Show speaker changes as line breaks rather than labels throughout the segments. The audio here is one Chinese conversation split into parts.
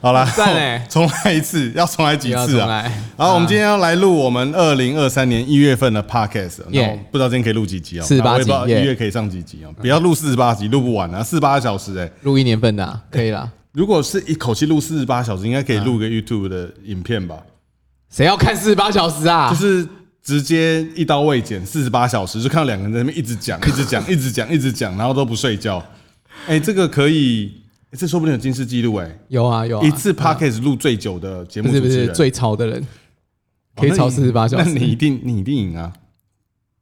好啦，
赞欸
重来一次，要重来几
要
次
重
啊
来？
好，我们今天要来录我们二零二三年一月份的 podcast，那我
Yeah
不知道今天可以录几集哦，
48
我也不知道
集
一
yeah
月可以上几集哦，不要录四十八集，录不完啊，四十八小时哎，
录一年份的啊，可以啦。
如果是一口气录四十八小时，应该可以录个 YouTube 的影片吧？
谁要看四十八小时啊
就？是直接一刀未剪，四十八小时就看到两个人在那边一直 讲、一直讲、一直讲、一直讲，然后都不睡觉。哎，这个可以，诶这说不定有金氏纪录哎，
有啊有啊
一，次 Podcast 录最久的节目
不
主
是不
持
是
人，
最吵的人，
哦
可以
那
吵
你
48小
那
时
你一定你一定赢啊！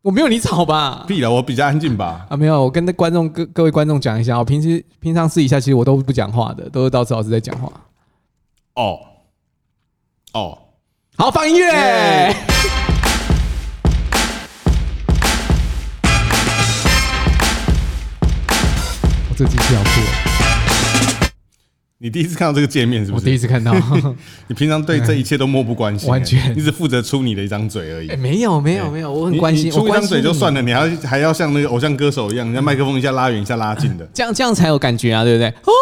我没有你 吵吧？
屁了，我比较安静 吧。
啊，没有，我跟那观众各各位观众讲一下，我平时平常私底下其实我都不讲话的，都是导师老师在讲话。
哦哦，
好，放音乐
耶。
我这机器好酷哦，
你第一次看到这个界面是不
我第一
是？
次 看到。
你平常对这一切都漠不关心，
完全
诶你只负责出你的一张嘴而已
哎，。没有没有没有，我很关心，
你你
我
出一
关
张
心
嘴就
你
算了，你还要还要像那个偶像歌手一样，人家麦克风一下拉远一下拉 近的，
这样这样才有感觉啊，对不对？ 哦，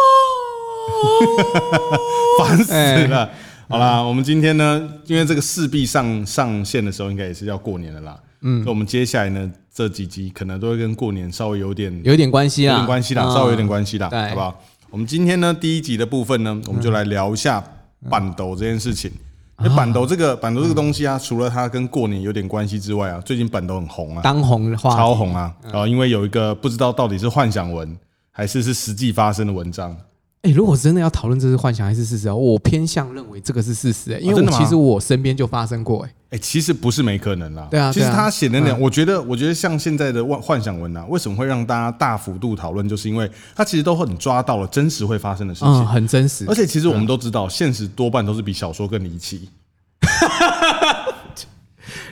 烦死
哎
了。好啦，我们今天呢，因为这个势必上上线的时候，应该也是要过年了啦。嗯，所以我们接下来呢，这几集可能都会跟过年稍微有点
有点关系
有
啦，
点关系啦，
嗯
稍微有点关系啦，
对嗯
好不好？我们今天呢，第一集的部分呢，我们就来聊一下板斗这件事情。
啊
因为板斗这个板斗这个东西啊，除了它跟过年有点关系之外啊，最近板斗很红啊，
当红的话嗯
超红啊！然后因为有一个不知道到底是幻想文还是是实际发生的文章，
哎、如果真的要讨论这是幻想还是事实啊，我偏向认为这个是事实、欸，因为
啊真
我
的吗
其实我身边就发生过、欸，
哎，其实不是没可能啦。
对啊
其实
对啊
他写的那，我觉得，我觉得像现在的幻幻想文啊，为什么会让大家大幅度讨论，就是因为它其实都很抓到了真实会发生的事
嗯，
情。
很真实
而，且其实我们都知道，现实多半都是比小说更离奇。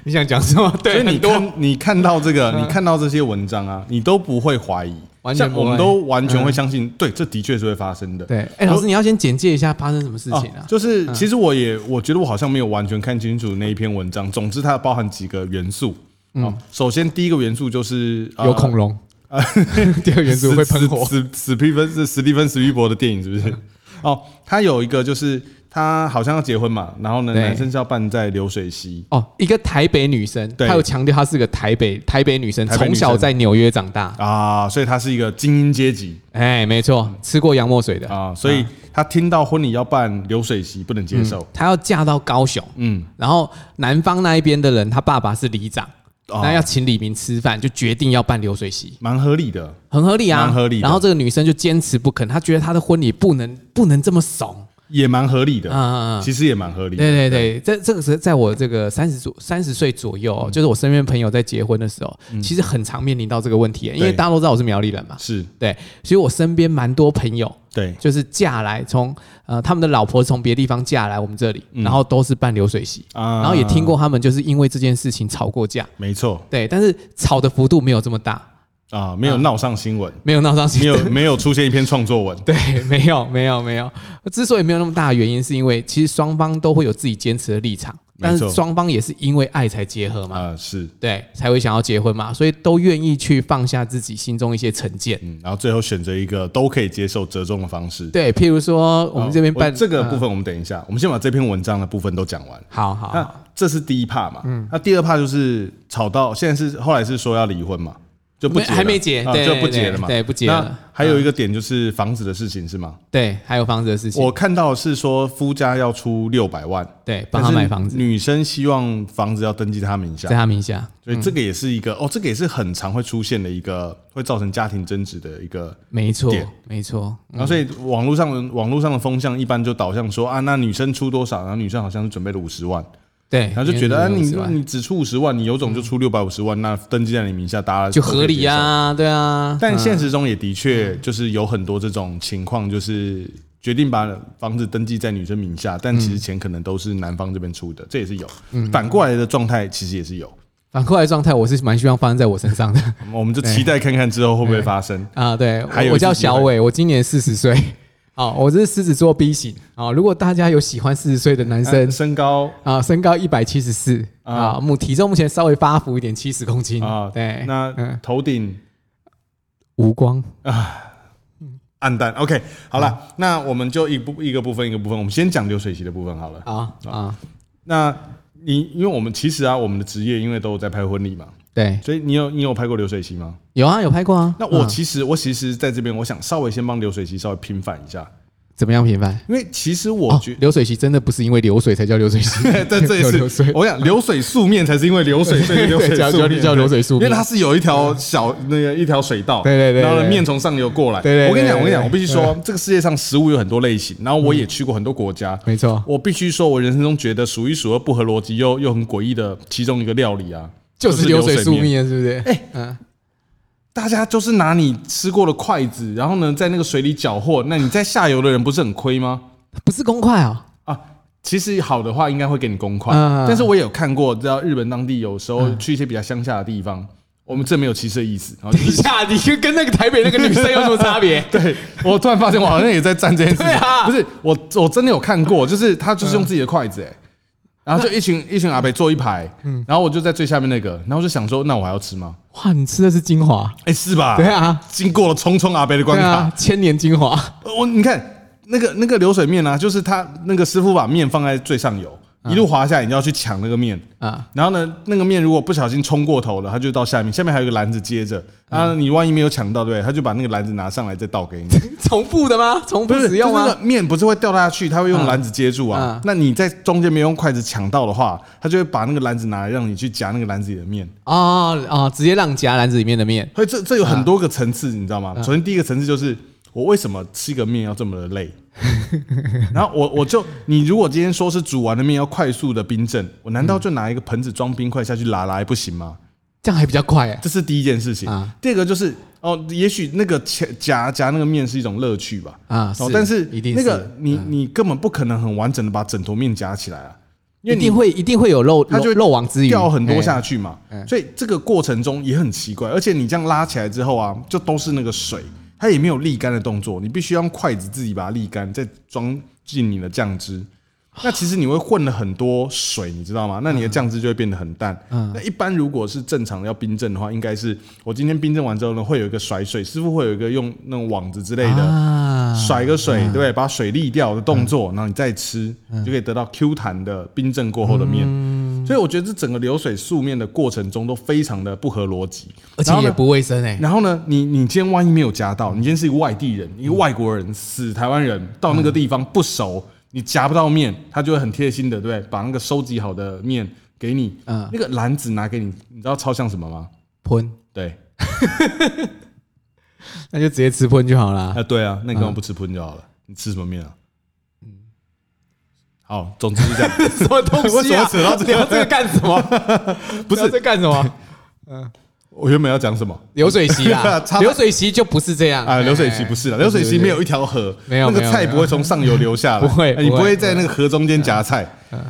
你想讲什么？
所
对，
以你
很多
看，你看到这个，你看到这些文章啊，你都不会怀疑，
嗯完全
像
不会嗯
我们都完全会相信，对，这的确是会发生的。
对，
哦
哎、老师你要先简介一下发生什么事情啊？
就是其实我也我觉得我好像没有完全看清楚那一篇文章。总之，它包含几个元素。嗯，首先第一个元素就是、呃
有恐 龙，第二个元素会喷火，
史史史史蒂芬是史蒂芬史蒂伯的电影是不是？哦，他有一个就是他好像要结婚嘛，然后呢，
对
男生是要办在流水席。
哦，一个台北女生，
对
她有强调她是个台北台北女生，
台北女
从
生
小在纽约长大。
啊，所以他是一个精英阶级
哎、没错，吃过洋墨水的，
啊，所以他听到婚礼要办流水席不能接受，
她要嫁到高雄，
嗯，
然后南方那一边的人，他爸爸是里长，
哦
那要请李明吃饭，就决定要办流水席。
蛮合理的。
很合理啊，
蛮合理的
然后这个女生就坚持不肯，她觉得她的婚礼不能不能这么怂。
也蛮合理的，
嗯嗯嗯
其实也蛮合理的。
对对对，在这个时候，在我这个三十左三十岁左右哦，
嗯
就是我身边朋友在结婚的时候，其实很常面临到这个问题，因为大家都知道我是苗栗人嘛。
是，
对，所以我身边蛮多朋友
对，
就是嫁来从呃他们的老婆从别地方嫁来我们这里，
嗯
然后都是办流水席，
啊
然后也听过他们就是因为这件事情吵过架。
没错
对，但是吵的幅度没有这么大，
啊，没有闹上 新闻，
没有闹上心
没有没有出现一篇创作文。
对，没有，没有，没有。之所以没有那么大的原因，是因为其实双方都会有自己坚持的立场，
没
但
错
是双方也是因为爱才结合嘛，
啊、是，
对，才会想要结婚嘛，所以都愿意去放下自己心中一些成见。
嗯，然后最后选择一个都可以接受折中的方式。
对，譬如说我们这边
哦
办、
这个
呃
部分，我们等一下，我们先把这篇文章的部分都讲完。
好好好，
那这是第一帕嘛，
嗯
那第二帕就是吵到现在是后来是说要离婚嘛，就不
没
结了
还没结
啊
对
就不结了嘛，
对对不结了
那还有一个点就是房子的事情是吗？
对，还有房子的事情，
我看到是说夫家要出六百万，
对，帮他买房子，啊
女生希望房子要登记她名下
在，他名下，
所以这个也是一个、哦，这个也是很常会出现的一个会造成家庭争执的一个。
没错
点，
没错，
然后，所以网络上的网络上的风向一般就导向说啊，那女生出多少？然后女生好像是准备了五十万，
对，
然后就觉得啊，
因为
你
是吧
你只出五十万，你有种就出六百五十万，那登记在你名下，大家
嗯就
都可以
合理
接
啊，嗯对啊
受。，但现实中也的确就是有很多这种情况，就是决定把房子登记在女生名下，但
嗯
其实钱可能都是男方这边出的，这也是有。反过来的状态其实也是有。
反过来的状态，我是蛮希望发生在我身上的
我们就期待看看之后会不会发生。
啊。对，
还有一
我我
次
叫
机
小
会
伟，我今年四十岁。哦，我这是狮子座 B 型哦。如果大家有喜欢四十岁的男生
啊身高
啊，身高一百七十四啊，目体重目前稍微发福一点，七十公斤嗯
啊，
对，
那
嗯
头顶
无光
暗淡。OK，好了，
嗯
那我们就一部一个部分一个部分，我们先讲流水席的部分好了。
啊啊，
那你因为我们其实啊，我们的职业因为都有在拍婚礼嘛，
对，
所以你有你有拍过流水席吗？
有啊，有拍过啊。
那我
嗯
其实、我其实在这边，我想稍微先帮流水席稍微平反一下，
怎么样平凡？
因为其实我
哦
觉，
流水席真的不是因为流水才叫流水席，
在 这
有
也
流
是
水，
我想流水素面才是因为流水，所以流水
对叫
素面
叫流水素面
因为它是有一条小那个一条水道，
对对对对
然后呢面从上游过来。
对对对
我跟你讲，我跟你讲，
对对
我必须说，这个世界上食物有很多类型，然后我也去过很多国家，
没错，
我必须说，我人生中觉得数一数二不合逻辑又又很诡异的其中一个料理啊，
就是流水
水
素。面，是不是？哎，嗯，
大家就是拿你吃过的筷子，然后呢在那个水里搅和，那你在下游的人不是很亏吗？
不是公筷啊，
啊，其实好的话应该会给你公筷，
嗯
但是我也有看过，知道日本当地有时候去一些比较乡下的地方，我们这没有歧视的意 思，然哦后就
等一
是。？
下，你跟跟那个台北那个女生有什么差别
对，我突然发现我好像也在站这件事情。
对啊
不是我，我真的有看过，就是他就是用自己的筷子、欸，然后就一群一群阿伯坐一排，然后我就在最下面那个，然后我就想说，那我还要吃吗？
哇，你吃的是精华，
哎、是吧？
对，啊，
经过了匆匆阿伯的关
对
卡，
啊，千年精华，
啊我你看那个那个流水面啊，就是他那个师傅把面放在最上游，一路滑下来，你就要去抢那个面
啊。
然后呢，那个面如果不小心冲过头了，他就到下面，下面还有一个篮子接着。啊，你万一没有抢到，对不对，他就把那个篮子拿上来再倒给你。
重复的吗？重
不
复
是，
使用
就是那
吗？
个面不是会掉下去，他会用篮子接住啊
嗯。
那你在中间没用筷子抢到的话，他就会把那个篮子拿来让你去夹那个篮子里的面。
哦哦，直接让夹篮子里面的面。
所以这这有很多个层次，你知道吗？首先第一个层次就是我为什么吃一个面要这么的 累，然后我我就你如果今天说是煮完的面要快速的冰镇，我难道就拿一个盆子装冰块下去拉拉不行吗？
这样还比较快哎。
这是第一件事情嗯
啊。
第二个就是哦，也许那个夹夹夹那个面是一种乐趣吧。
啊，
哦，但是
一定嗯
那个你你根本不可能很完整的把整坨面夹起来啊，因
一
为你
定会一定会有漏，
它就会
漏漏网之鱼，
掉很多
哎
下去嘛，所以这个过程中也很奇怪，而且你这样拉起来之后啊，就都是那个水，它也没有沥干的动作，你必须要用筷子自己把它沥干，再装进你的酱汁。那其实你会混了很多水，你知道吗？那
嗯
你的酱汁就会变得很淡。那一般如果是正常要冰镇的话，应该是我今天冰镇完之后呢，会有一个甩水，师傅会有一个用那种网子之类的，
啊，嗯
甩个水，对不对？把水沥掉的动作，然后你再吃，你就可以得到 Q 弹的冰镇过后的面。
嗯
所以我觉得这整个流水素面的过程中都非常的不合逻辑，
而且
然后
也
呢
不卫生哎。
然后呢，你你今天万一没有夹到，你今天是一个外地人，一个外国人，死台湾人，到那个地方不熟，
嗯
你夹不到面，他就会很贴心的，对不对？把那个收集好的面给你，
嗯
那个篮子拿给你，你知道超像什么吗？
喷，
对，
那就直接吃喷就好啦。
啊，对啊，
嗯
那你干嘛不吃喷就好了？你吃什么面啊？好，总之是这样。
什么东
为
西
什
啊
么？扯到这个
聊这个干什 么？不
是
在干什么？
我原本要讲什么
流水席 啦
差，不多
流水席就不是这样哎
啊？流水席不是了，流水席没有一条河，
没有
那
没
个
有
菜不会从上游流下来，
不会
哎你
不
不
会嗯
会在那个河中间夹 菜。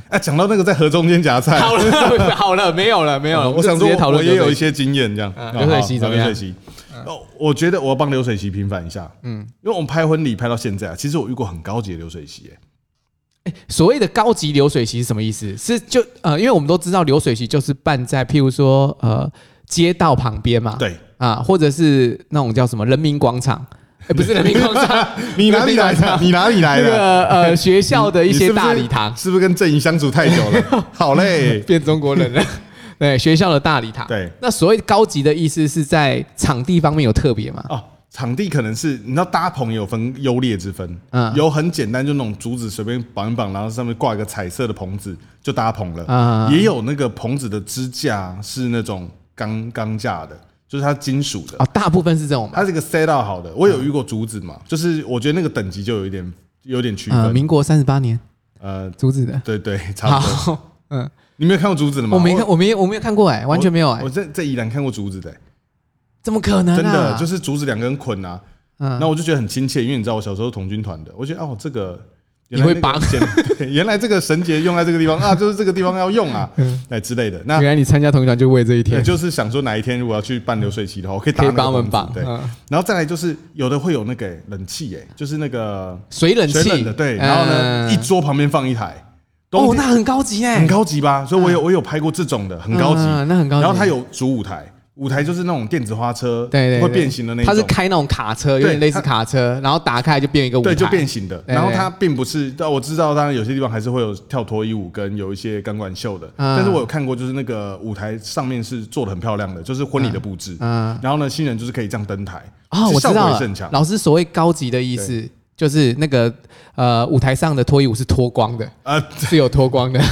哎，讲到那个在河中间夹 菜，
好了，好了，没有了，没有了。
我想
们就
说
直接讨
我
论
也
流
有
水
一
席
些经验这样
嗯。
好
流水席
好
怎么样嗯
流水席，哦，我觉得我要帮流水席平反一下，嗯，因为我们拍婚礼拍到现在啊，其实我遇过很高级的流水席，哎
所谓的高级流水席是什么意思？是就呃，因为我们都知道流水席就是办在譬如说呃街道旁边嘛，
对，，
啊，或者是那种叫什么人民广场，哎，不是人民广场
你哪里 来的？你哪里来
那
的？
个呃学校的一
你是
些
不是
大礼堂，
是不是跟郑怡相处太久 了？好嘞，
变中国 人了。对，学校的大礼堂。
对，
那所谓高级的意思是在场地方面有特别嘛？
哦，场地可能是你知道搭棚也有分优劣之分，
嗯
有很简单就那种竹子随便绑一绑，然后上面挂一个彩色的棚子就搭棚了，
嗯嗯嗯
也有那个棚子的支架是那种钢钢架的，就是它金属的，
啊，大部分是这种嘛。
它是一个 set up 好的。我有遇过竹子嘛，就是我觉得那个等级就有一点有点区
呃，
分，
民国三十八年
呃，
阻止的。
对对，差不多。
好，嗯，
你没有看过竹子的吗？
我没看，我没，我没有看过哎、
我，
完全没有哎、
我在在宜兰看过竹子的、
怎么可能、啊？
真的就是是竹子两根捆啊，
嗯
那我就觉得很亲切，因为你知道我小时候童军团的，我觉得哦，这个
你会
把
绑
原来这个绳结用在这个地方啊，就是这个地方要用啊，哎之类的。 那
原来你参加同一团嗯就为这一
也
天，
就是想说哪一天如果要去办流水席的话，我可以打
可以
那个
帮我们
房
绑
子对，
嗯
然后再来就是有的会有那个哎冷气，哎，就是那个
水冷
水
气
冷的，对，然后呢
嗯
一桌旁边放一台，
哦
冬，天
那很高级哎、
很高级吧？所以我有我有拍过这种的，很高级，
嗯那很高级
然后它有主舞台，舞台就是那种电子花车，
对对对
会变形的那种，
他是开那种卡车，有点类似卡车，然后打开就变一个舞台，哎
对，就变形的。
对
然后
对
它并不是，但我知道，当然有些地方还是会有跳脱衣舞跟有一些钢管秀的，
嗯
但是我有看过，就是那个舞台上面是做的很漂亮的，就是婚礼的布置。
嗯
然后呢，新人就是可以这样登台其
哦，
实
我知
效果
道
也是很
了
强。。
老师所谓高级的意思，就是那个呃舞台上的脱衣舞是脱光的，
呃，
是有脱光的。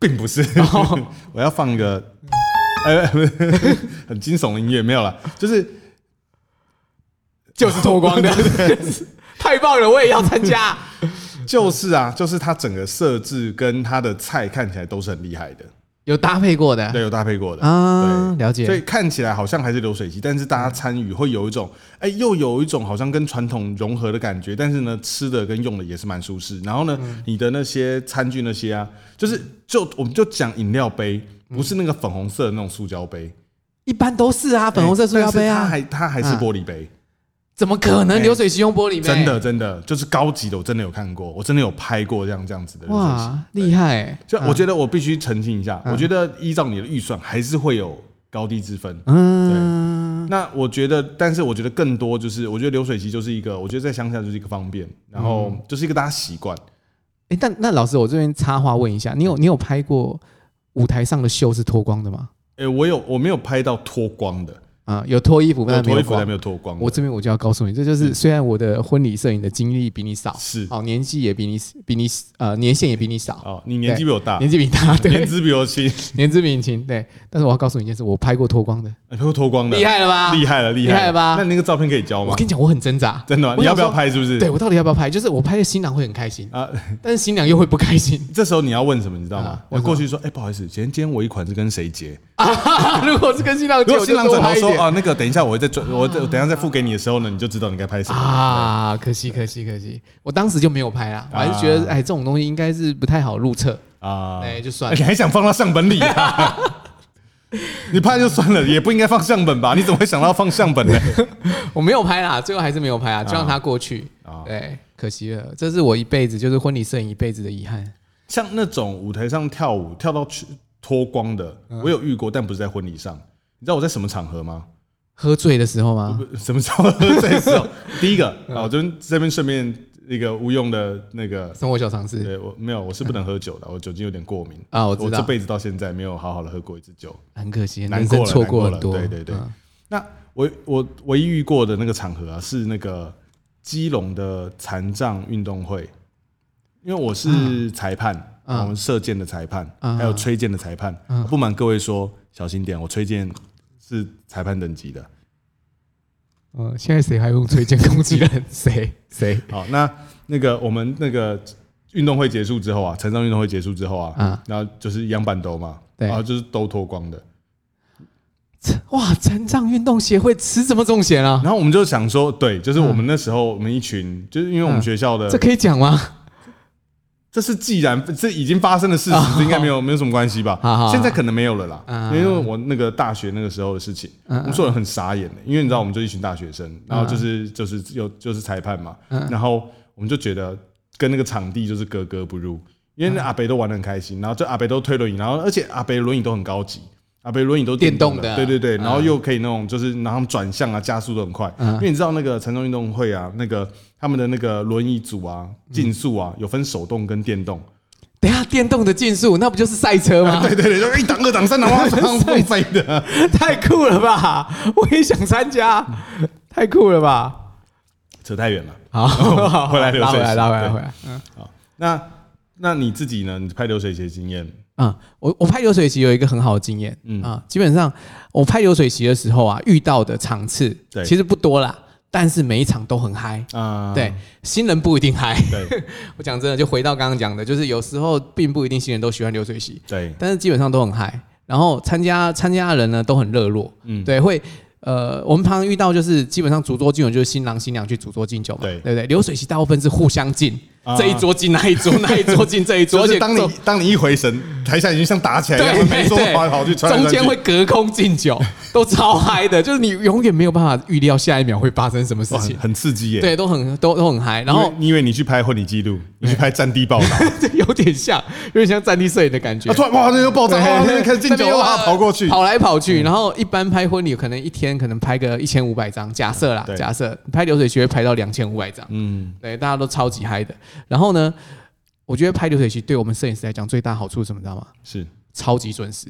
并不是，
哦
我要放个，呃，不是 很惊悚的音乐没有了，就是
就是脱光的， 太棒了，我也要 参加。
就是啊，就是它整个设置跟它的菜看起来都是很厉害的，
有搭配过的
对，有搭配过的
啊，
对
了解。
所以看起来好像还是流水席，但是大家参与会有一种，哎、又有一种好像跟传统融合的感觉。但是呢，吃的跟用的也是蛮舒适。然后呢，
嗯
你的那些餐具那些啊，就是就我们就讲饮料杯，不是那个粉红色的那种塑胶杯，
一般都是啊，粉红色塑料
但
杯
是它
啊，
还它还是玻璃杯，
怎么可能流水席用玻璃杯？
哎真的真的就是高级的，我真的有看过，我真的有拍过这样这样子的流水席。
哇，嗯厉害欸！
就我觉得我必须澄清一下，我觉得依照你的预算还是会有高低之分，
嗯，
那我觉得，但是我觉得更多就是，我觉得流水席就是一个，我觉得在乡下就是一个方便，然
嗯
后就是一个大家习惯。
哎，但那老师，我这边插话问一下，你有你有拍过舞台上的秀是脱光的吗？
诶，我有我没有拍到脱光的，
啊，有脱衣服，
我
但没
脱
有
衣服
光
但没。有脱光的。嗯
我这边我就要告诉你，这就是虽然我的婚礼摄影的经历比你少，
是
好年纪也比你比你呃年限也比你少，
哦，你年纪比我大，
年纪比你大，
年
对，
资比我轻，
年资比你轻，对。但是我要告诉你一件事，我拍过脱光的，
你哎会脱光的，
厉害了吧？
厉害了，厉
厉害
了
了吧
那你那个照片可以交
我
吗？
跟你讲，我很挣扎，
真的吗？
我
你要
想
不
说
要？拍？是不是？
对我到底要不要拍？就是我拍的新郎会很开心，
啊，
但是新娘又会不开 心
这时候你要问什么，你知道吗
啊？
我过去说，哎，不好意思，今天今天我一款是跟谁结？
啊！如果是跟新郎
如
结，
果
我
新
就
郎
多
转头
拍一
说，
点
啊，那个等一下我再转，我再我等一下再付给你的时候呢，你就知道你该拍什么。
啊，可惜可惜可惜，我当时就没有拍啦，我还是觉得哎，这种东西应该是不太好入册，
啊，
哎，就算
哎
了。
你还想放到相本里 啊？你拍就算了，也不应该放相本吧？你怎么会想到放相本呢？
我没有拍啦，最后还是没有拍啊，就让他过去。
啊
对，可惜了，这是我一辈子就是婚礼摄影一辈子的遗憾。
像那种舞台上跳舞跳到去脱光的，我有遇过，但不是在婚礼上。你知道我在什么场合吗？
喝醉的时候吗？
不什么场合在时 候？第一个啊，我这边这边顺便一个无用的那个，
生活小常识
对我没有，我是不能喝酒的，我酒精有点过敏。
啊，我
我
知
这
道，
辈子到现在没有好好的喝过一次酒。
很可惜，
难
人
过
生
了
错
难
过
过
很
了
多。
对对对
嗯
那我我唯一遇过的那个场合啊，是那个基隆的残障运动会，因为我是裁判，
嗯
我们射箭的裁判，
嗯
还有吹箭的裁判。啊不瞒各位说，小心点，我吹箭是裁判等级的。
嗯，现在谁还用推荐攻击 人？谁谁
好，那那个我们那个运动会结束之后啊，残障运动会结束之后啊，
嗯
然后就是一样板斗嘛，
对
然后就是都脱光的。
哇，残障运动协会吃这么重险啊？
然后我们就想说，对，就是我们那时候我们一群，就是因为我们
嗯
学校的
这可以讲吗？
这是既然这已经发生的事实，这应该没有没有什么关系吧
哦好好？好
现在可能没有了啦，
嗯
因为我那个大学那个时候的事情，我
嗯
们所有人很傻眼的，因为你知道我们就一群大学生，然后就是就是有就是裁判嘛，
嗯
然后我们就觉得跟那个场地就是格格不入，因为那阿北都玩的很开心，然后就阿北都推轮椅，然后而且阿北轮椅都很高级。阿北轮椅都
电动的
对对对，
嗯
然后又可以那种就是然后他们转向啊，加速都很快，
嗯
因为你知道那个残障运动会啊，那个他们的那个轮椅组啊，竞速啊，有分手动跟电动，
等一下电动的竞速，那不就是赛车吗？
对对对，就一档、二档、三档，哇，这样放飞的。
太酷了吧！我也想参加，太酷了吧！
扯太远了。
好，
回来流
拉
水
回
席
来，拉回来，
对
回来。嗯
那那你自己呢？你拍流水席的经验，
嗯，我我拍流水席有一个很好的经验，嗯啊，基本上我拍流水席的时候啊，遇到的场次
对
其实不多啦，但是每一场都很嗨。
啊、
对，新人不一定嗨。
对
我讲真的，就回到刚刚讲的，就是有时候并不一定新人都喜欢流水席，
对，
但是基本上都很嗨。然后参加参加的人呢都很热络，
嗯
对，会呃，我们常常遇到就是基本上主桌敬酒就是新郎新娘去主桌敬酒嘛，
对
对不对？流水席大部分是互相敬，
啊
这一桌进那一桌， 那一桌进这一桌，
就
而
是
且
当
中
你哎当你一回神，台下已经像打起来一
对
样，每
对
桌跑来跑去，
对，
传来
中
传去
间会隔空敬酒， 都超嗨的，就是你永远没有办法预料下一秒会发生什么事
哇
情
很，很刺激耶。
对，都很都都很嗨，然
因为，
后
因为你去拍婚礼记录，你去拍战地 报道，啊
这有点像，有点像战地摄影的感觉
啊，。突然哇，那又爆炸，哇，那边开始敬
哎 那边
酒，哇，
哇
跑过去，嗯
跑来跑去，然后一般拍婚礼可能一天可能拍个一千五百张，假设啦
对，
假设拍流水席会拍到两千五百张，
嗯，
对，大家都超级嗨的。然后呢，我觉得拍流水席对我们摄影师来讲最大好处是什么，你知道吗？
是
超级准时。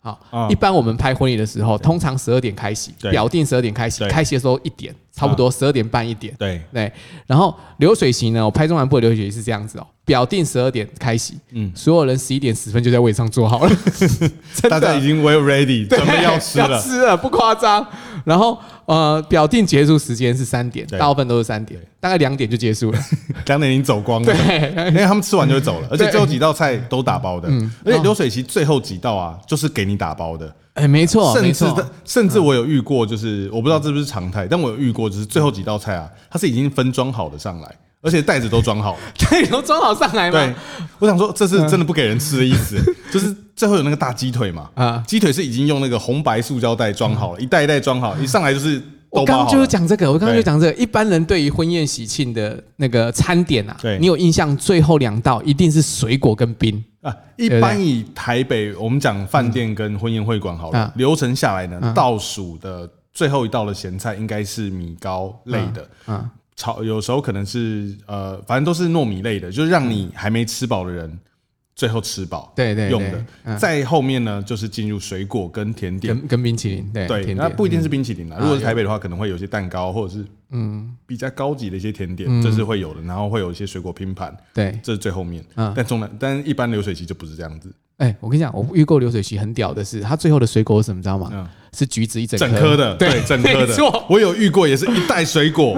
好，
啊
一般我们拍婚礼的时候，通常十二点开席，
对
表定十二点开席，
对啊
开席的时候一点，差不多十二点半一点。
对，
对，然后流水席呢，我拍中南部的流水席是这样子哦，表定十二点开席，
嗯
所有人十一点十分就在位上坐好了， 真
大
的
家已经 well ready，
对
准备要吃
要
了，
吃了，不夸张。然后呃，表定结束时间是三点，
对
大部分都是三点，大概两点就结束 了。
两点已经走光了。
对
因为他们吃完就会走了，而且
对嗯
最后几道菜都打包的，而且流水席最后几道啊，就是给你打包的，
哎，没错，
甚
没
至
错，嗯
甚至我有遇过，就是我不知道这是不是常态，但我有遇过，就是最后几道菜啊，它是已经分装好的上来，而且袋子都装好了。
对，都装好上来
对
嘛。，
我想说这是
嗯
真的不给人吃的意 思，就是最后有那个大鸡腿嘛，
啊嗯
鸡腿是已经用那个红白塑胶袋装好了，一袋一袋装好，一上来就是
我
都
刚
包好
刚就是
了。
讲这个，我刚刚
对
就讲这个。一般人对于婚宴喜庆的那个餐点啊
对，
你有印象最后两道一定是水果跟冰，
啊，一
对不
般以台北我们讲饭店跟婚宴会馆好了
啊，
流程下来呢，
啊
倒数的最后一道的咸菜应该是米糕类的，
啊，
炒有时候可能是呃，反正都是糯米类的，就是让你还没吃饱的人最后吃饱
对嗯对
用
对
的。
嗯
再后面呢，就是进入水果跟甜点。
跟跟冰淇淋，对，
对，
哎甜
那
点
不一定是冰淇淋啦。
嗯
如果是
啊
台北的话，可能会有一些蛋糕，或者是
嗯，
比较高级的一些甜点，这是会有的。然后会有一些水果拼盘，
对，
这是最后面。
嗯
但中南，但一般流水席就不是这样子，
哎，我跟你讲，我预购流水席很屌的是，它最后的水果是什么，你知道
嗯
吗？是橘子一整
整颗的，对，整颗
没
的
错。嗯
我有遇过，也是一袋水果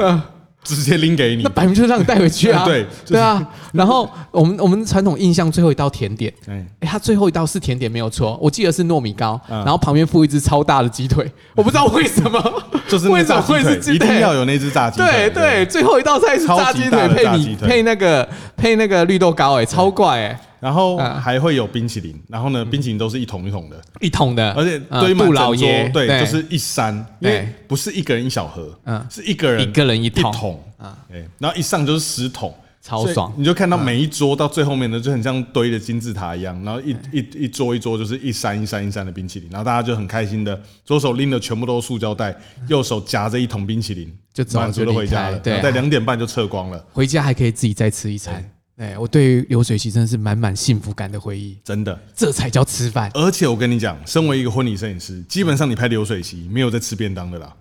直接拎给你
那，摆明就是让你带回去啊，
嗯对就是
对啊。然后我们我们传统印象最后一道甜点，
哎，
哎，它最后一道是甜点没有错，我记得是糯米糕，
嗯
然后旁边附一只超大的鸡腿，我不知道为什么，
就是那
为
个
什
炸
么会
鸡
是
腿，
鸡
一定
腿？
要有那只炸鸡腿。
对对，最后一道菜是炸鸡腿配
超级大的炸鸡
米
腿
配那个配那个绿豆糕，哎，超怪哎，
然后
啊
还会有冰淇淋，然后呢，冰淇淋都是一桶一桶的，
一桶的，
而且
嗯
堆满
杜
整
老
桌
爷，，
对，就是一山，因
对
为不是一个人一小盒，
嗯
是一个人
一个人一桶
桶，对，然后一上就是十桶。
超爽
所以你就看到每一桌到最后面呢，就很像堆的金字塔一样，然后一一一桌一桌就是一山一山一山的冰淇淋，然后大家就很开心的，左手拎的全部都是塑胶袋，右手夹着一桶冰淇淋，
就走了
满足的回家了，
就离开对啊
然后在两点半就撤光了，
回家还可以自己再吃一餐。哎，我对于流水席真的是满满幸福感的回忆，
真的。
这才叫吃饭。
而且我跟你讲，身为一个婚礼摄影师，基本上你拍流水席没有在吃便当的啦，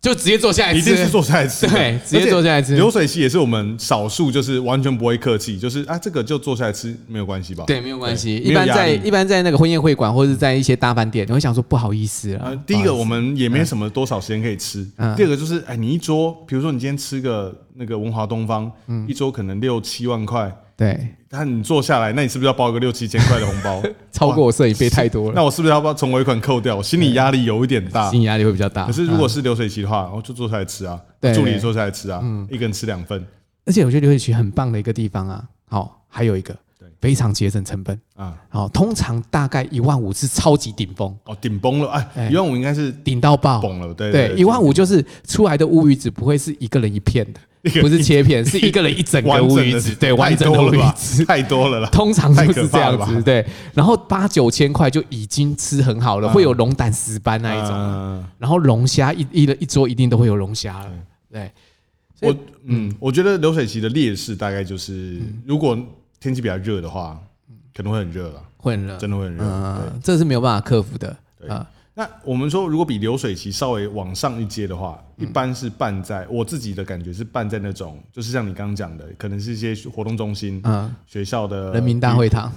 就直接坐下来吃，
一定是坐下来吃的，
对直接坐下来吃
而且流水席也是我们少数就是完全不会客气，就是啊这个就坐下来吃没有关系吧？
对，没有关系。
对
一般
没有压
在
力
一般在那个婚宴会馆或者是在一些大饭店，你会想说不好意思嗯
啊
啊。，
第一
不
个
好意
我们也没什么多少时间可以吃，第二个就是哎你一桌，比如说你今天吃个那个文华东方，
嗯
一桌可能六七万块。
思对，
那你坐下来，那你是不是要包个六七千块的红 包？
超过我摄影费太多了，
那我是不是要把从尾款扣掉？我心理压力有一点 大，
心理压力会比较大啊
可。是如果是流水席的话，我就坐下来吃啊，
对嗯
助理坐下来吃啊，一个人吃两份
而且我觉得流水席很棒的一个地方啊，好，还有一个
对
非常节省成本。
啊，
好，通常大概一万五是超级顶峰，
哦，顶崩了，哎，
哎
一万五应该是
顶到爆。
崩了，对
对，一万五就是出来的乌鱼子不会是一个人一片的
一个，人
不是切片，是一个人一整个
完
乌
整
鱼
的
子，对，完整的
太
乌
多了
鱼
吧
子，
太多了啦，
通常
太
就
可
是这
怕了
样
吧
子，对。然后八九千块就已经吃很好了，
嗯
会有龙胆石斑那一种啊，
嗯
然后龙虾一一一桌一定都会有龙虾了，对。所以
我嗯，我觉得流水席的劣势大概就是，
嗯
如果天气比较热的话，可能会很热了，啊
混了，
真的会很热。对
嗯嗯，这是没有办法克服的
对
啊。
那我们说，如果比流水席稍微往上一阶的话，
嗯
一般是办在我自己的感觉是办在那种，就是像你刚刚讲的，可能是一些活动中心、
嗯，
学校的
人民大会堂，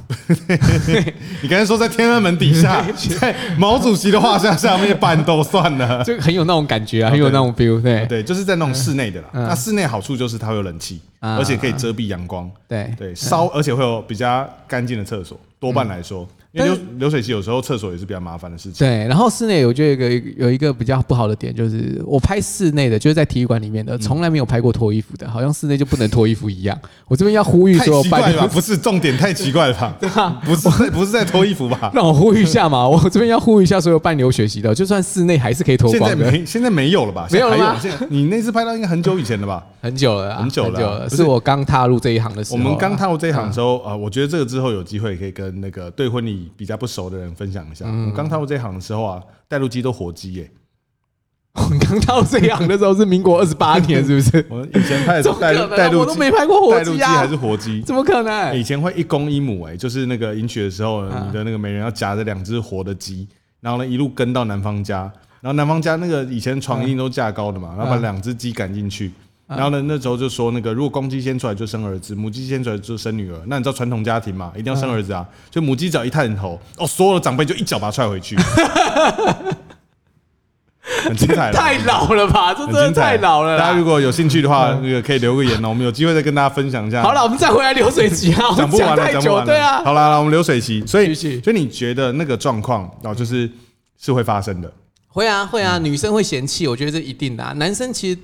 你刚才说在天安门底下，在毛主席的画像下面办都算 了。
就很有那种感觉啊，很有那种 feel，对
对，就是在那种室内的啦。
嗯
那室内好处就是它会有冷气，
啊
而且可以遮蔽阳光。
对
对，烧而且会有比较干净的厕所，多半来说。因为
嗯但
流流水席有时候厕所也是比较麻烦的事情。
对，然后室内我觉得有一个有一个比较不好的点，就是我拍室内的，就是在体育馆里
嗯
面的，从来没有拍过脱衣服的，好像室内就不能脱衣服一样。 我这边要呼吁
太
所有
奇怪
办
了吧？不是重点，太奇怪了吧？
啊
不是在不是在脱衣服吧？
让我呼吁一下嘛，我这边要呼吁一下所有办留学习的，就算室内还是可以 脱
现在
光的。
没现在没有了吧？
没有了吗
现在还有现在你那次拍到应该很久以前了 吧？
很久了啊，
很久了啊不是
是我刚踏入这一行的时
我
候啊。
们刚踏入这一行的时候，啊，我觉得这个之后有机会可以跟那个对婚礼比较不熟的人分享一下。我
嗯
们刚踏入这一行的时候啊，带路机都火鸡耶。
我们刚踏入这一行的时候是民国二十八年，是不是？
我以前拍的时
怎
候
么
带
可
路
能
带
啊？
路
我都
机，
没拍过火
带路
鸡
机
啊
还是，火鸡？
怎么可能
以？前会一公一母、哎，就是那个迎娶的时候，你的那个媒人要夹着两只活的鸡，然后呢一路跟到男方家，然后男方家那个以前床一定都架高的
嗯
嘛，然后把两只鸡赶进去。然后呢？那时候就说那个，如果公鸡先出来就生儿子，母鸡先出来就生女儿。那你知道传统家庭嘛，一定要生儿子啊。就母鸡只要一探头，
嗯
哦，所有的长辈就一脚把它踹回 去，很 精彩了，
太老了吧，这
很
真的
精彩
太老了
大家如
啦。嗯
果有兴趣的话，那个可以留个言哦，我们有机会再跟大家分享一下。
好了，我们再回来流水席啊，我
啊 讲不
们
完了，
太
讲不
久
完了。
了，对啊。
好啦，好啦我们流水席，所以
继续
所以你觉得那个状况哦，就是是会发生的，
会啊，会
嗯
啊，女生会嫌弃，我觉得这一定的、啊。男生其实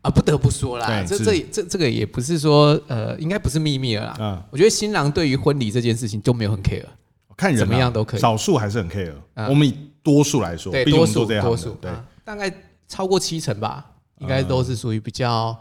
啊，不得不说啦，
对
这
是
这这这个也不是说呃，应该不是秘密了啦。
嗯
我觉得新郎对于婚礼这件事情都没有很 care，
看人啊
怎么样都可以
少数还是很 care，
嗯
我们以多数来说，
对，
毕竟我们
多
做
数
这
多
行
数
的，，对，嗯
啊大概超过七成吧，应该都是属于比较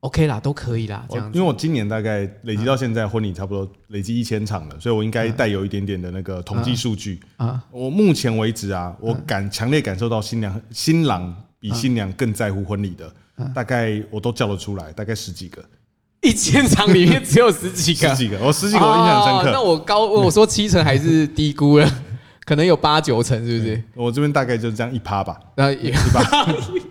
OK 啦，都可以啦，这
我
样
因
子
为。我今年大概累积到现在婚礼差不多累积一千场了，所以我应该带有一点点的那个统计数据
啊
啊。我目前为止啊，我感强烈感受到新娘新郎
啊
比新娘更在乎婚礼的，大概我都叫得出来，大概十几个，
一千场里面只有 十几个，
十几个，我十几个我印象深
哦那
刻。
我高我说七成还是低估了， 可能有八九成，是不是？
我这边大概就是这样一趴吧。
那也
是吧？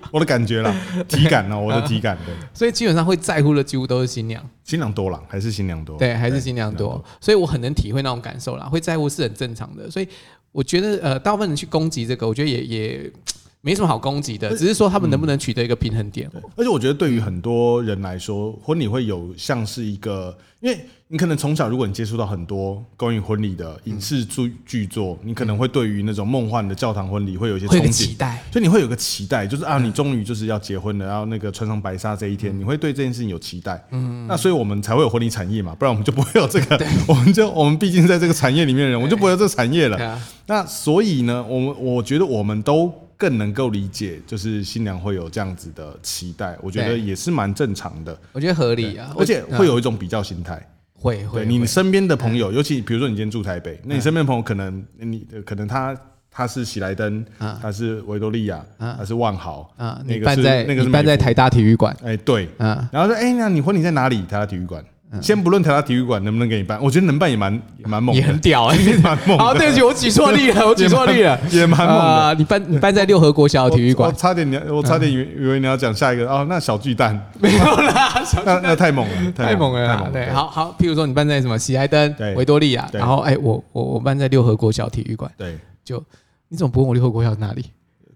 我的感觉啦，体感啊呢，我的体感对，
所以基本上会在乎的几乎都是新娘。
新郎多啦，还是新娘多？
对，还是尽量多，所以我很能体会那种感受啦，会在乎是很正常的，所以我觉得呃，大部分人去攻击这个，我觉得也也没什么好攻击的，只是说他们能不能取得一个平衡点。
而且我觉得对于很多人来说，婚礼会有像是一个，因为你可能从小如果你接触到很多关于婚礼的影视剧剧作，你可能会对于那种梦幻的教堂婚礼会有一些
嗯会
憧
有个
憬
期。待，
所以你会有个期待，就是啊，你终于就是要结婚了，然后那个穿上白纱这一
嗯
天，你会对这件事情有期待。嗯，那所以我们才会有婚礼产业嘛，不然我们就不会有这个， 我们就我们毕竟在这个产业里面的人，我们就不会有这个产业了
对。啊，
那所以呢，我们我觉得我们都更能够理解，就是新娘会有这样子的期待，我觉得
对
也是蛮正常的，
我觉得合理啊，
而且
我
会有一种比较心态。
会
对
会
你
会嗯
身边的朋友，尤其比如说你今天住台北，那你身边的朋友可能你可能他。他是喜来登，他是维多利亚，他是万豪
啊，
那
嗯你
个
办
是
在
那个是
你办
美
在
孚
台大体育馆，
哎对，
啊，
然后说哎，那你婚礼在哪里？台大体育馆。
嗯
先不论台大体育馆能不能给你办，我觉得能办也蛮也蛮猛
也
的
很，屌哎、
也 蛮猛的。
好，对不起，我举错例了，我举错例了，
也 蛮猛的
啊你办你办在六合国小的哦体育
我
馆嗯
我，哦差点你要，我差点以为以为你要讲下一个哦，那小巨蛋，
没有啦，小
那那太猛了，
太猛了
太
啦！
猛
对，，好好，譬如说你办在什么喜来登
对、
维多利亚，
对
然后哎，我我我办在六合国小体育馆，
对，
就你怎么不问我六合国小是哪里？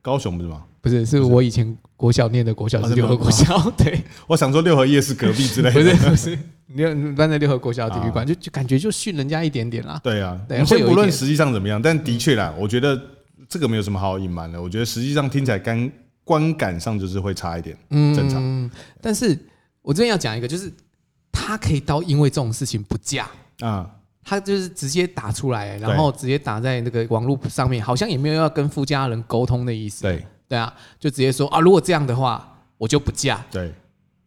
高雄不是吗？
不是，是我以前国小念的国小
哦
是六合
真的吗
国小， 对，
我想说六合夜市隔壁之类
不
的，
是不是，你你办在六合国小体育馆，就就感觉就训人家一点点啦。
对啊，
对
我们先
会有一
不论
点嗯
实际上怎么样，但的确啦，我觉得这个没有什么好隐瞒的，我觉得实际上听起来感观感上就是会差一点，嗯，正常
嗯，但是我这边要讲一个，就是他可以到因为这种事情不嫁，
啊，
他就是直接打出来，然后直接打在那个网络上面，好像也没有要跟夫家人沟通的意思。
对
对啊，就直接说啊，如果这样的话，我就不嫁。
对，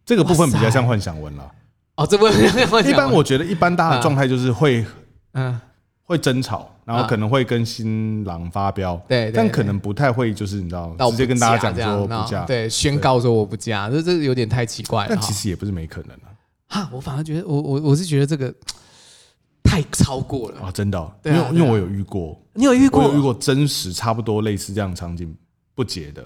这个部分比较
哇塞
像幻想文了。
哦，这不
一
一
般我觉得一般大家的状态就是会
嗯，
会争吵，然后
啊
可能会跟新郎发飙，
对对
但
对
可能不太会就是你知道
那我
直
不
接跟大家讲
这样
说
那
不嫁，
对，宣告说我不嫁，这这有点太奇怪了
但
哈。
其实也不是没可能啊，
哈，我反而觉得我我我是觉得这个太超过了。
啊，真的哦，因
对啊
为因为
对啊
我有遇过，
你有遇
我
过
有遇过真实差不多类似这样的场景不结的，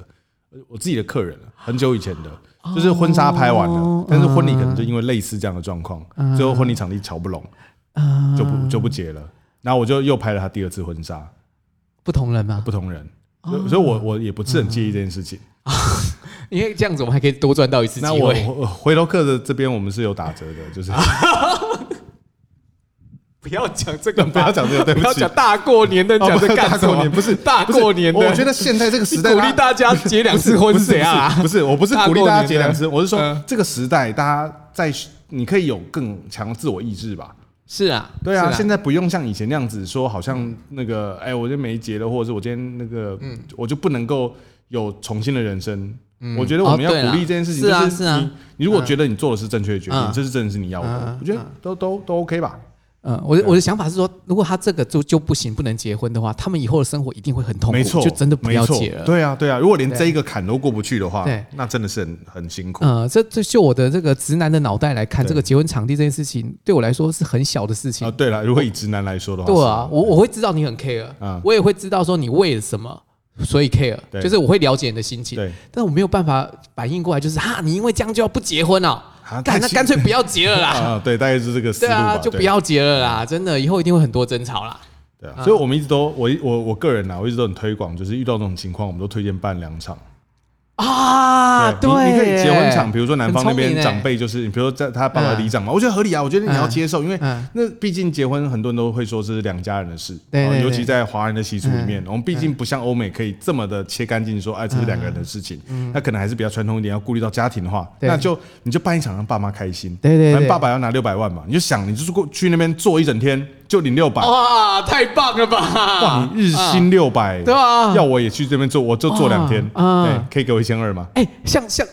呃我自己的客人啊很久以前的，就是婚纱拍完了
哦，
但是婚礼可能就因为类似这样的状况，
嗯
最后婚礼场地瞧不拢，
啊？
就不就不结了。然后我就又拍了他第二次婚纱，
不同人吗？
不同人，所
哦
以所以我我也不是很介意这件事情。
嗯因为这样子我们还可以多赚到一次
那
机
我
会。
我回头客的这边我们是有打折的，就是
不不要讲这个
不
吧，
要讲这个，对
不
不
要
起
讲。大过年的，你讲这
哦
干
大
什
过
么？
年不是
大
不是
过年的，
我觉得现在这个时代，
鼓励大家结两次婚，
不是
谁啊？
不是，不是我不是
大
鼓励
过
大家
年
结
的
良知，我是说
嗯
这个时代，大家在你可以有更强的自我意志吧。
是啊，
对啊，现
在
在不用像以前那样子说，好像那个哎、我就没结了，或者是我今天那个，
嗯
我就不能够有重新的人生。我觉得我们要
哦对啦
鼓励这件事情，
是啊
就是
啊
你你如果觉得你做的是正确的决定，
嗯
这是真的是你要的，
嗯
我觉得都都都 OK 吧。
嗯，我的我的想法是说，如果他这个就就不行，不能结婚的话，他们以后的生活一定会很痛苦，
没错，
就真的不要
没错
结了。
对啊，对啊，如果连
对
这一个坎都过不去的话
对，
那真的是很很辛苦。
呃，这这就我的这个直男的脑袋来看，
对
这个结婚场地这件事情，对我来说是很小的事情
啊，。对了，如果以直男来说的话，
对啊，我我会知道你很 care，、
嗯
我也会知道说你为了什么，所以 care，
对
就是我会了解你的心
是
情，
对，
但我没有办法反应过来，就是啊哈，你因为这样就要不结婚哦，
啊
干
太
那
奇
干脆不要结了啦，
啊，对，大概是这个思
对
路吧
啊，，就不
对
要结了啦，真的，以后一定会很多争吵啦。
对啊，所以我们一直都，我我我个人啊，我一直都很推广，就是遇到这种情况，我们都推荐办两场。
啊，对
你，
耶，
你可以结婚场，比如说南方那
很聪
边
明
长辈就是，你比如说在他爸爸里长嘛，我觉得合理啊，我觉得你要接受，因为
嗯
那毕竟结婚很多人都会说这是两家人的事，
对
啊
对对嗯
尤其在华人的习俗里面，我们毕竟不像欧美可以这么的切干净说，哎，这是两个人的事情，那可能还是比较传统一点，要顾虑到家庭的话，
嗯对
那就你就办一场让爸妈开心，
对对对
反正爸爸要拿六百万嘛，你就想你就是过去那边坐一整天就领六百。
哇，太棒了
哇，
吧！
你日薪六百，
对啊
要我也去这边做，我就做两天，
啊
对，可以给我一千二吗？
哎，像像。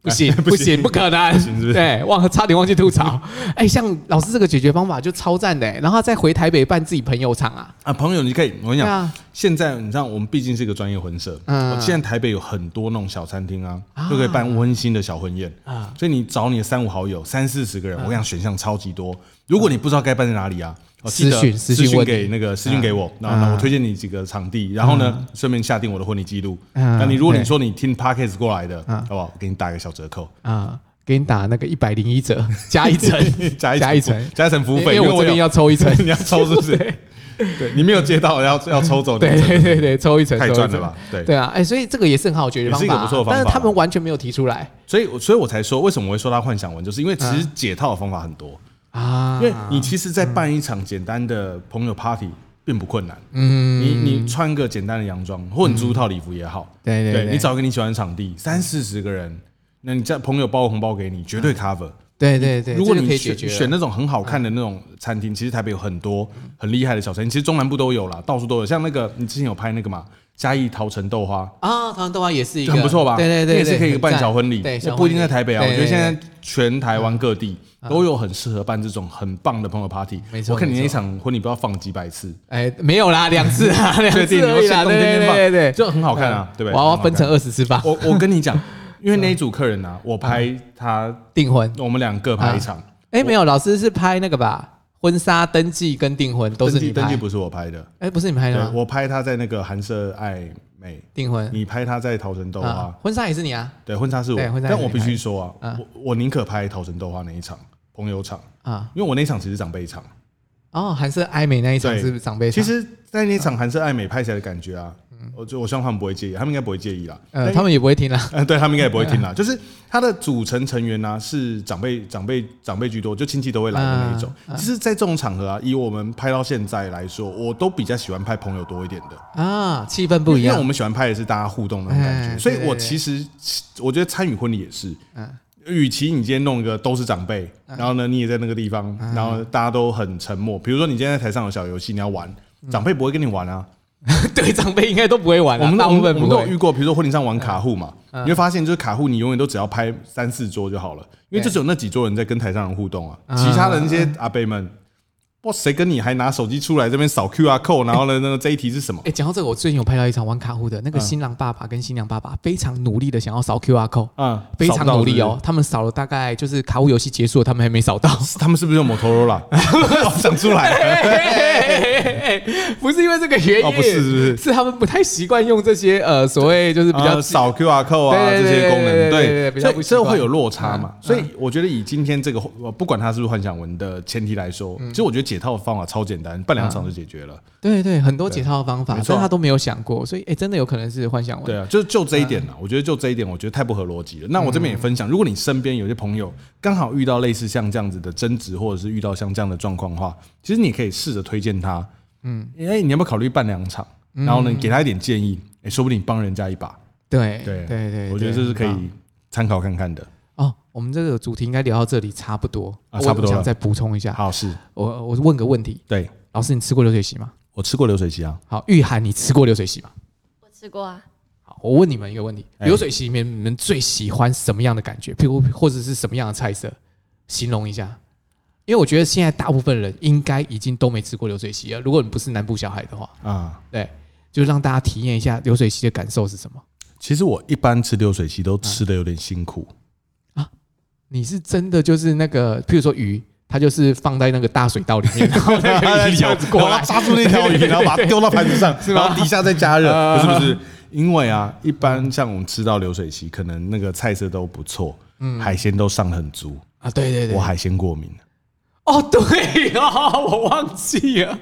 不 行，
不
不
行
行，不可能！
行是不是
对，忘了，差点忘记吐槽。 哎，像老师这个解决方法就超赞的，欸然后再回台北办自己朋友场啊。
啊，朋友，你可以，我跟你
对
讲，
啊
现在你知道我们毕竟是一个专业婚社，
嗯
我现在台北有很多那种小餐厅啊，都可以办温馨的小婚宴
啊
所以你找你的三五好友，三四十个人，我跟你讲选项超级多。如果你不知道该办在哪里啊，哦记得
私讯
私
私讯
讯
问
给
你啊
那个私讯给我，然后呢，我推荐你几个场地，然后呢，顺便下定我的婚礼记录。那你如果你
啊对
说你听 podcast 过来的，好不好？我给你打一个小折扣。，
啊，给你打那个一百零一折，加一层
加一
加一
层
层
服，加一层服务费，
因为我这
有。
边要抽一层
你要抽是不 是？对，你没有接到要要抽走，
对对对对，抽一层，
太
抽一
赚了
层
吧对
对啊，哎，所以这个也是很好的解决
也
方
是一
法
个
啊，
不错的方
但是
法
他们完全没有提出来
所以，所以我才说，为什么我会说他幻想文，就是因为其实解套的方法很多，
嗯啊
因。为你其实，在办一场简单的朋友 party 并不困难。嗯，你你穿个简单的洋装，或者你租一套礼服也好，
对嗯对对
你找一个你喜欢的场地，三四十个人，那你在朋友包红包给你，绝对 cover。
对对嗯对，
如果
这就
你
可以解
选
决了嗯
选那种很好看的那种餐厅，其实台北有很多很厉害的小餐厅，其实中南部都有啦，到处都有。像那个你之前有拍那个嘛，嘉义桃城豆花，
啊，唐豆花也是一个
很不错吧？
对对对，
那也是可以办小婚礼，
对，
那不一定在台北啊。我觉得现在
在
全台湾各地都有很适合办这种很棒的朋友 party。
嗯没错
我看你
没
那
错
一场婚礼不知道放了几百次，
哎没有啦，两次 啊，两
确定
次
你要
而已啦，
先
对
冬天
对
先放，
对对，
就很好看啊，对不对？
嗯我
很
要
好看
分成。二十次放，
我我跟你 讲，因为那一组客人啊，我拍他，
订婚。
我们两个拍一场，
哎，没有，老师是拍那个吧？婚纱登记跟订婚都是
登
你
记登记
拍，
不是我拍的，
哎，不是你拍
对
的吗？
我拍他在那个韩舍爱美，
订婚
你拍他在桃城豆花
啊，，婚纱也是你啊
对，婚纱是我
对婚，纱
但
是
我
你
必
拍
须
的
说啊
啊，
我我宁可拍桃城豆花那一场朋友场，
啊
因为我那场其实长辈场。
哦，韩式爱美那一场
对
是不是长辈场？
其实，在那场韩式爱美拍起来的感觉啊，我就我希望他们不会介意，他们应该不会介意啦。
嗯呃，
但
他们也不会听啦。
呃，对他们应该也不会听啦。就是它的组成成员呢、啊是长辈、长辈、长辈居多，就亲戚都会来的那一种。
啊
其实，在这种场合啊，以我们拍到现在来说，我都比较喜欢拍朋友多一点的，
啊，气氛不
因
一
为我
样。
们喜欢拍的是大家互动的那种感觉。
哎
所以
对对
我
对
其实我觉得参与婚礼也是，
嗯
与其你今天弄一个都是长辈，然后呢你也在那个地方，
嗯
然后大家都很沉默。比如说你今天在台上有小游戏，你要玩，
嗯
长辈不会跟你玩啊。
对，长辈应该都不会玩啦，
我们
大
我
部
们
分
我们
不
都有
会嗯
遇。过，比如说婚礼上玩卡户嘛，你会发现就是卡户，你永远都只要拍三四桌就好了，因为就
对
只有那几桌人在跟台上人互动啊，
嗯
其他的那些阿伯们，哇，谁跟你还拿手机出来这边扫 QR code，然后呢，那个这一题是什么？
哎，讲到这个，我最近有拍到一场玩卡户的那个新郎爸爸跟新娘爸爸，非常努力的想要扫 QR code，
啊，
非
扫
常
不到
努力
是不
哦。他们扫了大概就是卡户游戏结束了，他们还没扫 到。
是。他们是不是用 Motorola 想出来？
不是因为这个原因，
哦不是是不是
他们不太习惯用这些呃所谓 就是比较
呃扫 QR code 啊这
对对对
些功能，
对对对对对比较
所以
不习
这
惯嗯嗯
会有落差嘛？所以我觉得以今天这个呃不管它是不是幻想文的前提来说，其实我觉得解套的方法超简单，办两场就解决了。
对对，很多解套的方法，
没
但
错
他都没有想过，所以哎、真的有可能是幻想文。
对啊，就是就这一点
嗯
呢，我觉得就这一点，我觉得太不合逻辑了。那我这边也分享，如果你身边有些朋友刚好遇到类似像这样子的争执，或者是遇到像这样的状况的话，其实你可以试着推荐他，嗯，哎，你要不要考虑办两场？
嗯
然后呢，给他一点建议，哎，说不定帮人家一把。
对
对
对对对，
我觉得这是可
很棒
以参考看看的。
哦。我们这个主题应该聊到这里差不多，
啊差不多
我我想
了
再补充一下，
好事，
我我问个问题，
对
老师，你吃过流水席吗？
我吃过流水席啊，
好，玉涵，你吃过流水席吗？
我吃过啊，
好，我问你们一个问题：
哎
流水席里面你们最喜欢什么样的感觉？譬如或者是什么样的菜色？形容一下。因为我觉得现在大部分人应该已经都没吃过流水席了。如果你不是南部小孩的话，
啊，
对，就让大家体验一下流水席的感受是什么。
其实我一般吃流水席
啊
都吃的有点辛苦，
你是真的就是那个，譬如说鱼，它就是放在那个大水道里面，然后 那 个鱼游过来，
抓住那条 鱼，然后把它丢到盘子上，
吗
然后底下再加热。
啊
不是不是，因为啊，一般像我们吃到流水席，可能那个菜色都不错，海鲜都上很足。
啊，对嗯对对
我，海鲜过敏，
哦，对哦， 我忘记了。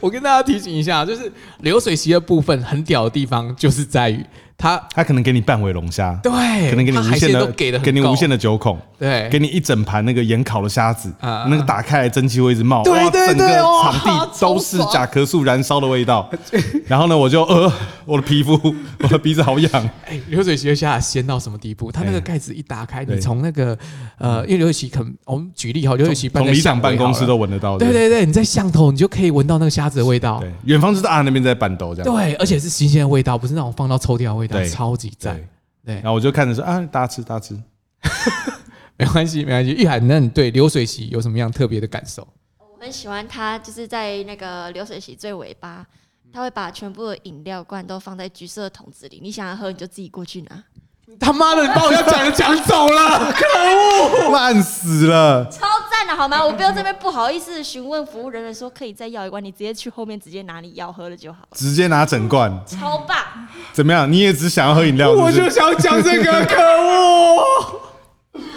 我跟大家提醒一下，就是流水席的部分很屌的地方，就是在于它
他可能给你半尾龙虾，
对，
可能给你
它
无
海
限
鲜
的
都给的，
给你无限
的，
的九孔。
对，
给你一整盘那个盐烤的虾子，
啊哎啊
那个打开来蒸汽会一直冒，
对
哇
对
整
对
个
哇
场地都是
超爽
甲壳素燃烧的味 道。然后呢，我就呃，我的皮肤，我的鼻子好痒。
哎 流水席的虾鲜到什么地步？它那个
哎
盖子一打开，
对嗯
你从那个呃，因为流水席可能我们举例哈，流水席办
从
在
里
巷
长
尾
办公
好
室
了
都闻得到。
对
不
对对，你在巷头你就可以闻到那个虾子的味道
对，，远方就是啊那边在板豆这样。
对，而且是新鲜的味道，不是那种放到抽屉的味道，
对
超级赞。对
然，后我就看着说啊，大家吃，大家吃。
没关系，没关系。玉涵，那你对流水席有什么样特别的感受？
我很喜欢它，就是在那个流水席最尾巴，它会把全部的饮料罐都放在橘色的桶子里，你想要喝你就自己过去拿，
他妈的，你把我要讲的讲走 了！
烂死了！
超赞的好吗？我不要这边不好意思询问服务人员说可以再要一罐，你直接去后面直接拿你要喝的就好了，
直接拿整罐，
超 棒！
怎么样？你也只想要喝饮料，
我
是不
就是想讲这 个，可恶！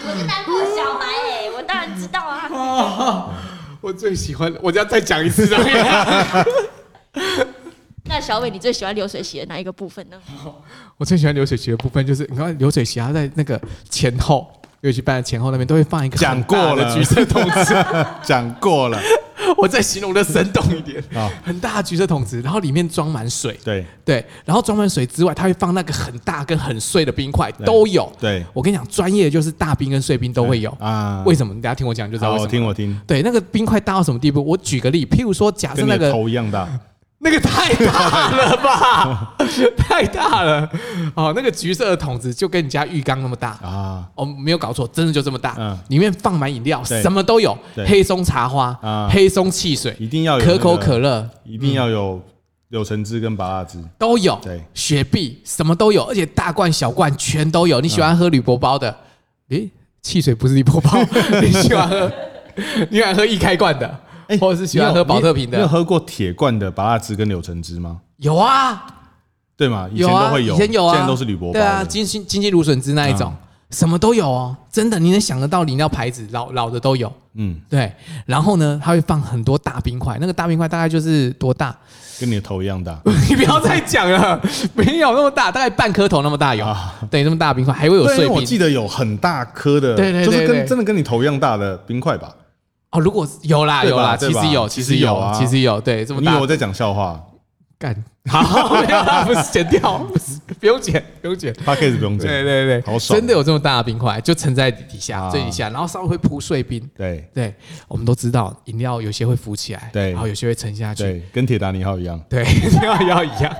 我是南部小白哎、我当然知道啊。
我最喜欢，我要再讲一次这样。
那小伟，你最喜欢流水席的哪一个部分呢？
我最喜欢流水席的部分就是，你看流水席，它在那个前后，尤其办的前后那边都会放一个
讲过
很大
了
的橘色桶 子，
讲过了
我再形容的生动一 点，
啊？
很大的橘色桶子，然后里面装满水，
对，
对，然后装满水之外，它会放那个很大跟很碎的冰块都有。
对
我跟你讲，专业就是大冰跟碎冰都会有
啊
啊。为什么？你大家听我讲就知道
好，
为什
我
么。
听我听，
对，那个冰块大到什么地步？我举个例，譬如说，假设
跟你
啊那
的
个
头一样大。
那个太大了吧， 太大了。哦，那个橘色的桶子就跟你家浴缸那么大。
啊，
哦，没有搞错，真的就这么大，
嗯
里面放满饮料，
对
什么都有，
对
黑松茶花、
啊
黑松汽水、
一定要有
可口
那个
可乐嗯
一定要有柳橙汁跟拔辣汁。
都有，
对
雪碧什么都有，而且大罐小罐全都有。你喜欢喝铝箔包的？诶，汽水不是铝 箔包，你喜欢喝？你喜欢喝易开罐的，或者是喜欢
哎你有
喝保特瓶
你有
的？
喝过铁罐的拔辣汁跟柳橙汁吗？
有啊，
对吗？以前
有啊，
都会
以前有啊，
现在都是铝箔包的。啊
对啊，金星金鸡芦笋汁那一种，什么都有哦，真的，你能想得到饮料牌子，老老的都有。
嗯，
对，然后呢，它会放很多大冰块，那个大冰块大概就是多大？
跟你的头一样大。
你不要再讲了，没有那么大，大概半颗头那么大有，对，那么大的冰块，还会有
啊对，因
碎
为我记
冰
得有很大颗的，
对对对
就是跟
对
真的跟你头一样大的冰块吧。
哦。如果有啦，
对吧
有啦，
对
其
吧
实有，
其
其
实
实
有
有
啊，
其实有，对，这么
你以为
大
我在讲笑话
干， 好， 没有啦，不是剪掉，不是，不用剪，不用剪。
p a c k a g e 不用讲。
对对对，
好爽
真的有这么大的冰块，就沉在底下
啊
最底下，然后稍微会铺碎冰。
对
对，我们都知道饮料有些会浮起来，
对
然后有些会沉下去，
对，跟铁达尼号一样。
对， 要要一样。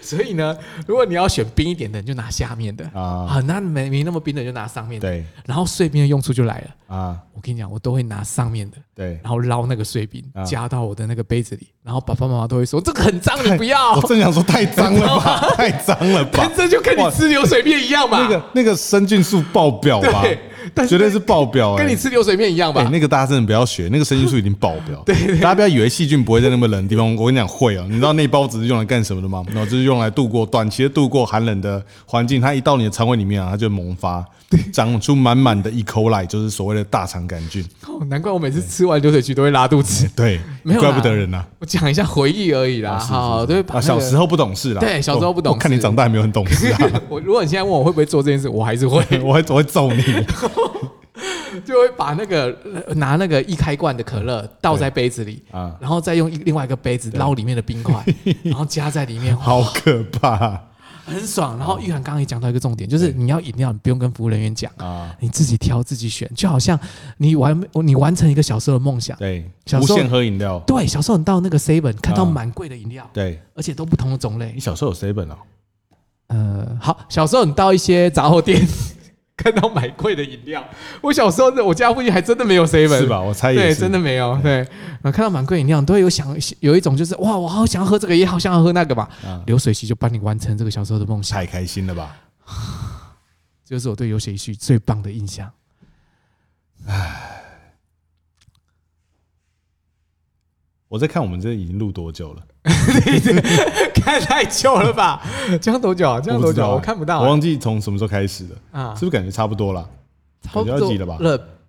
所以呢，如果你要选冰一点的，你就拿下面的
啊
啊；那没没那么冰的，你就拿上面的。
对
然后碎冰的用处就来了。
啊，
我跟你讲，我都会拿上面的，
对。
然后捞那个碎冰
啊，
加到我的那个杯子里。然后爸爸妈妈都会说：“这个很脏，你不 要
我。正想说太脏了
哦
吧，太脏了”吧
但，这就跟你吃流水面一样嘛。
那个那个生菌素爆表吧
对，但
绝对是爆表、欸。
跟你吃流水面一样
哎、
吧？
那个大家真的不要学，那个生菌素已经爆 表。对大家不要以为细菌不会在那么冷的地方。我跟你讲会哦、你知道那包子是用来干什么的 吗？然后就是用来度过短期的度过寒冷的环境。它一到你的肠胃里面啊，它就萌发，长出满满的 E. coli，就是所谓的大肠杆 菌。
哦难怪我每次吃完流水席都会拉肚子。
对，
没有啦
怪不得人啊呐、
我讲一下回忆而已啦，好，对，把
啊，小时
候。
候不懂事啦。
对小时候不懂
我我看你
事
长大还没有很懂事 啊，
我如果你现在问我会不会做这件事，我还是会，
我会我会揍你。
就会把那个呃拿那个一开罐的可乐倒在杯子里
啊
然后再用一另外一个杯子捞里面的 冰块，然后加在里面，哇
好可怕
很爽。然后玉涵刚刚也讲到一个重点，就是你要饮料，你不用跟服务人员讲，
啊！
你自己挑自己选，就好像你完你完成一个小时候的梦想。
对，
小
无
时候
限喝饮料。
对，小时候你到那个 seven 看到
啊
蛮贵的饮料，
对，
而且都不同的种类
你。小时候有 seven 哦？
呃，好，小时候你到一些杂货店 看到买贵的饮料，我小时候我家附近还真的没有 seven，
是？吧？我猜也
对，
是。
真的没有。对，然后看到蛮贵饮料，你都会有想有一种就是哇，我好想要喝这个，也好想要喝那个嘛。
啊，
流水席就帮你完成这个小时候的梦想，
太开心了吧？
这就是我对流水席最棒的印象。
我在看我们这已经录多久了？
看太久了吧？这样多久啊？这样
我
多
不知
久
道
啊？
啊
我看不到
我
啊
忘记从什么时候开始的，
啊
是不是感觉差不多了？
差不
感觉要
多
急了吧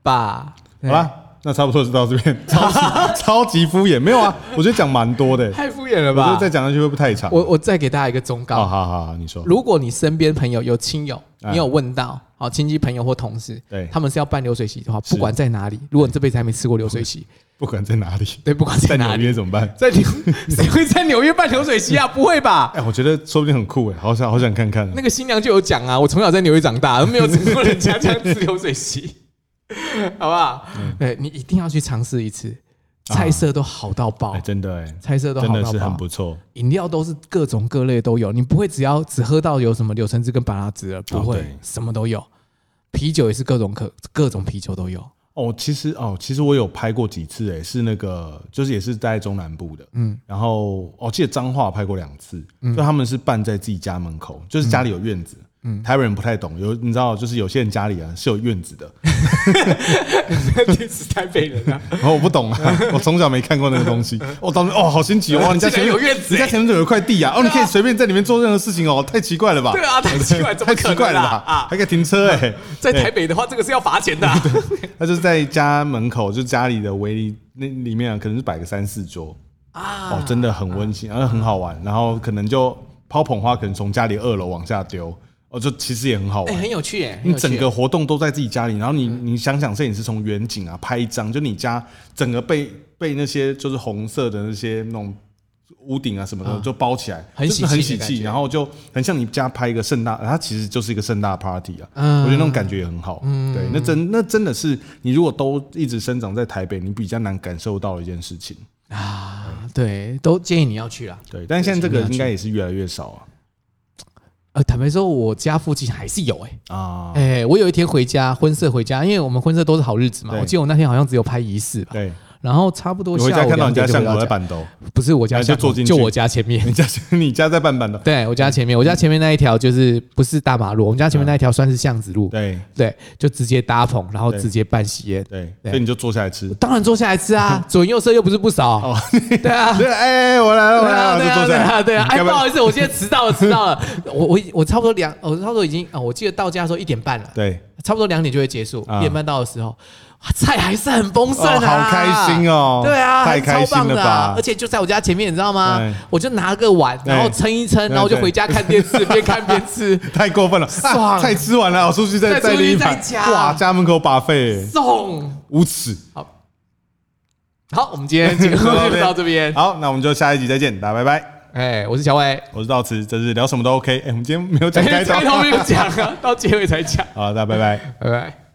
吧？
好啦，那差不多就到这 边，超级超级敷衍，没有啊？我觉得讲蛮多的
对，，太敷衍了
我觉
吧
得？再讲啊下去会不会太长？
我我再给大家一个忠告
好，好好好，你说
如果你身边朋友有亲友，
哎
你有问到好亲戚朋友或同事，
对
他们是要办流水席的话，
是
不管在哪里，如果你这辈子还没吃过流水席，
不管在哪里，
对，不管
在
在哪
纽
里，
约怎么办？
在纽 谁会在纽约办流水席啊？不会吧？
哎，我觉得说不定很酷哎，好想好想看看啊
那。个新娘就有讲啊，我从小在纽约长大，都没有吃过人家这样吃流 水席，好不好？
嗯
对你一定要去尝试一次，菜色都好到爆
啊哎，，真的哎，
菜色都
真
好
的
到
是很
爆，
不错。
饮料都是各种各类都有，你不会只要只喝到有什么柳橙汁跟巴拉汁了，不会，
哦对
什么都有。啤酒也是各种可各种啤酒 都有，
哦，其实哦，其实我有拍过几次，哎，是那个，就是也是在中南部的，嗯，然后我、哦、记得彰化拍过两次，
嗯
就他们是办在自己家门口，就是家里有院子，嗯，台湾人不太懂，有你知道，就是有些人家里啊是有院子的，
你是台北人啊，
然后我不懂啊，我从小没看过那个东西， 我当时哦，好新奇哦，哇，你家前面
竟然有院子
你家前面就有一块地啊，哦，你可以随便在里面做任何事情哦，太奇怪了吧？
对 啊太奇怪怎么
太
可能
奇怪了
啊啊
吧？ 还可以停车哎，
在
对
台北的话，这个是要罚钱的啊、
他就是在家门口，就家里的围篱那里面、啊，可能是摆个三四桌啊，哦，真的很温
嗯
馨，然后很好玩，然后可能就抛捧花，可能从家里二楼往下丢，哦，就其实也很好
哎、
玩。
很有趣嗯耶、很
你
有趣耶
整个活动都在自己家里，然后你你想想，摄影师从远景啊拍一张，就你家整个被被那些就是红色的那些那种屋顶啊什么的就包起来，
很
就是
喜
很
庆
喜
的感
气，
觉
然后就很像你家拍一个盛大，它其实就是一个盛大 party 啊，
嗯
我觉得那种感觉也很好。对，那真那真的是你如果都一直生长在台北，你比较难感受到的一件事情。
啊，对，都建议你要去啦。
对，但现在这个
对真的
应该也是越来越少啊
呃，坦白说，我家附近还是有哎、
啊啊，
哎、我有一天回家婚社回家，因为我们婚社都是好日子嘛。
对
我记得我那天好像只有拍仪式吧，
对，
然后差不多
你
下
回
午
家看到
两
你家
点就
巷
回到
口在
家，
板斗，
不是我家
然后
巷
哎就
口
坐进
就
去嗯
我家前 面，
你家你家在办板斗，
对我家前面，我家前面那一条就是不是大马路，我们家前面那一条算是巷子路，
对
对，就直接搭棚，然后
对
直接办喜宴。
对，嗯
对
所以你就坐下来吃。
当然坐下来吃啊，左邻右舍又不是不少，对啊。
哦 对，哎、我来了，我
对
来
啊，
了，
对
就
啊，
坐
对
下来。
啊，对啊！
你
哎，
该
不
不
好
要
意思，我今天迟到了，迟到了。我我我差不多两，我差不多已经啊，我记得到家的时候一点半了，
对，
差不多两点就会结束。
啊
一点半到的时候，哇菜还是很丰盛
哦
啊，
好开心哦
对啊，
太开
超棒
心了
的
吧
啊，而且就在我家前面，你知道吗
对？
我就拿个碗，然后
对
称一称，然后就
对对
回家看电视，边看边吃。
太过分了，啊、
爽
菜吃完了，我出去再
再出去
拎一
再
盘
夹
哇，家门口把费
送。
无耻。
好，我们今天节目就到 这边。
好，那我们就下一集再见，大家拜拜。
哎，我是小伟，
我是道慈，这 是聊什么都 OK。哎、我们今天没有讲
开
开头，
头没有讲啊，到结尾才讲。
好，大家拜拜。
拜拜。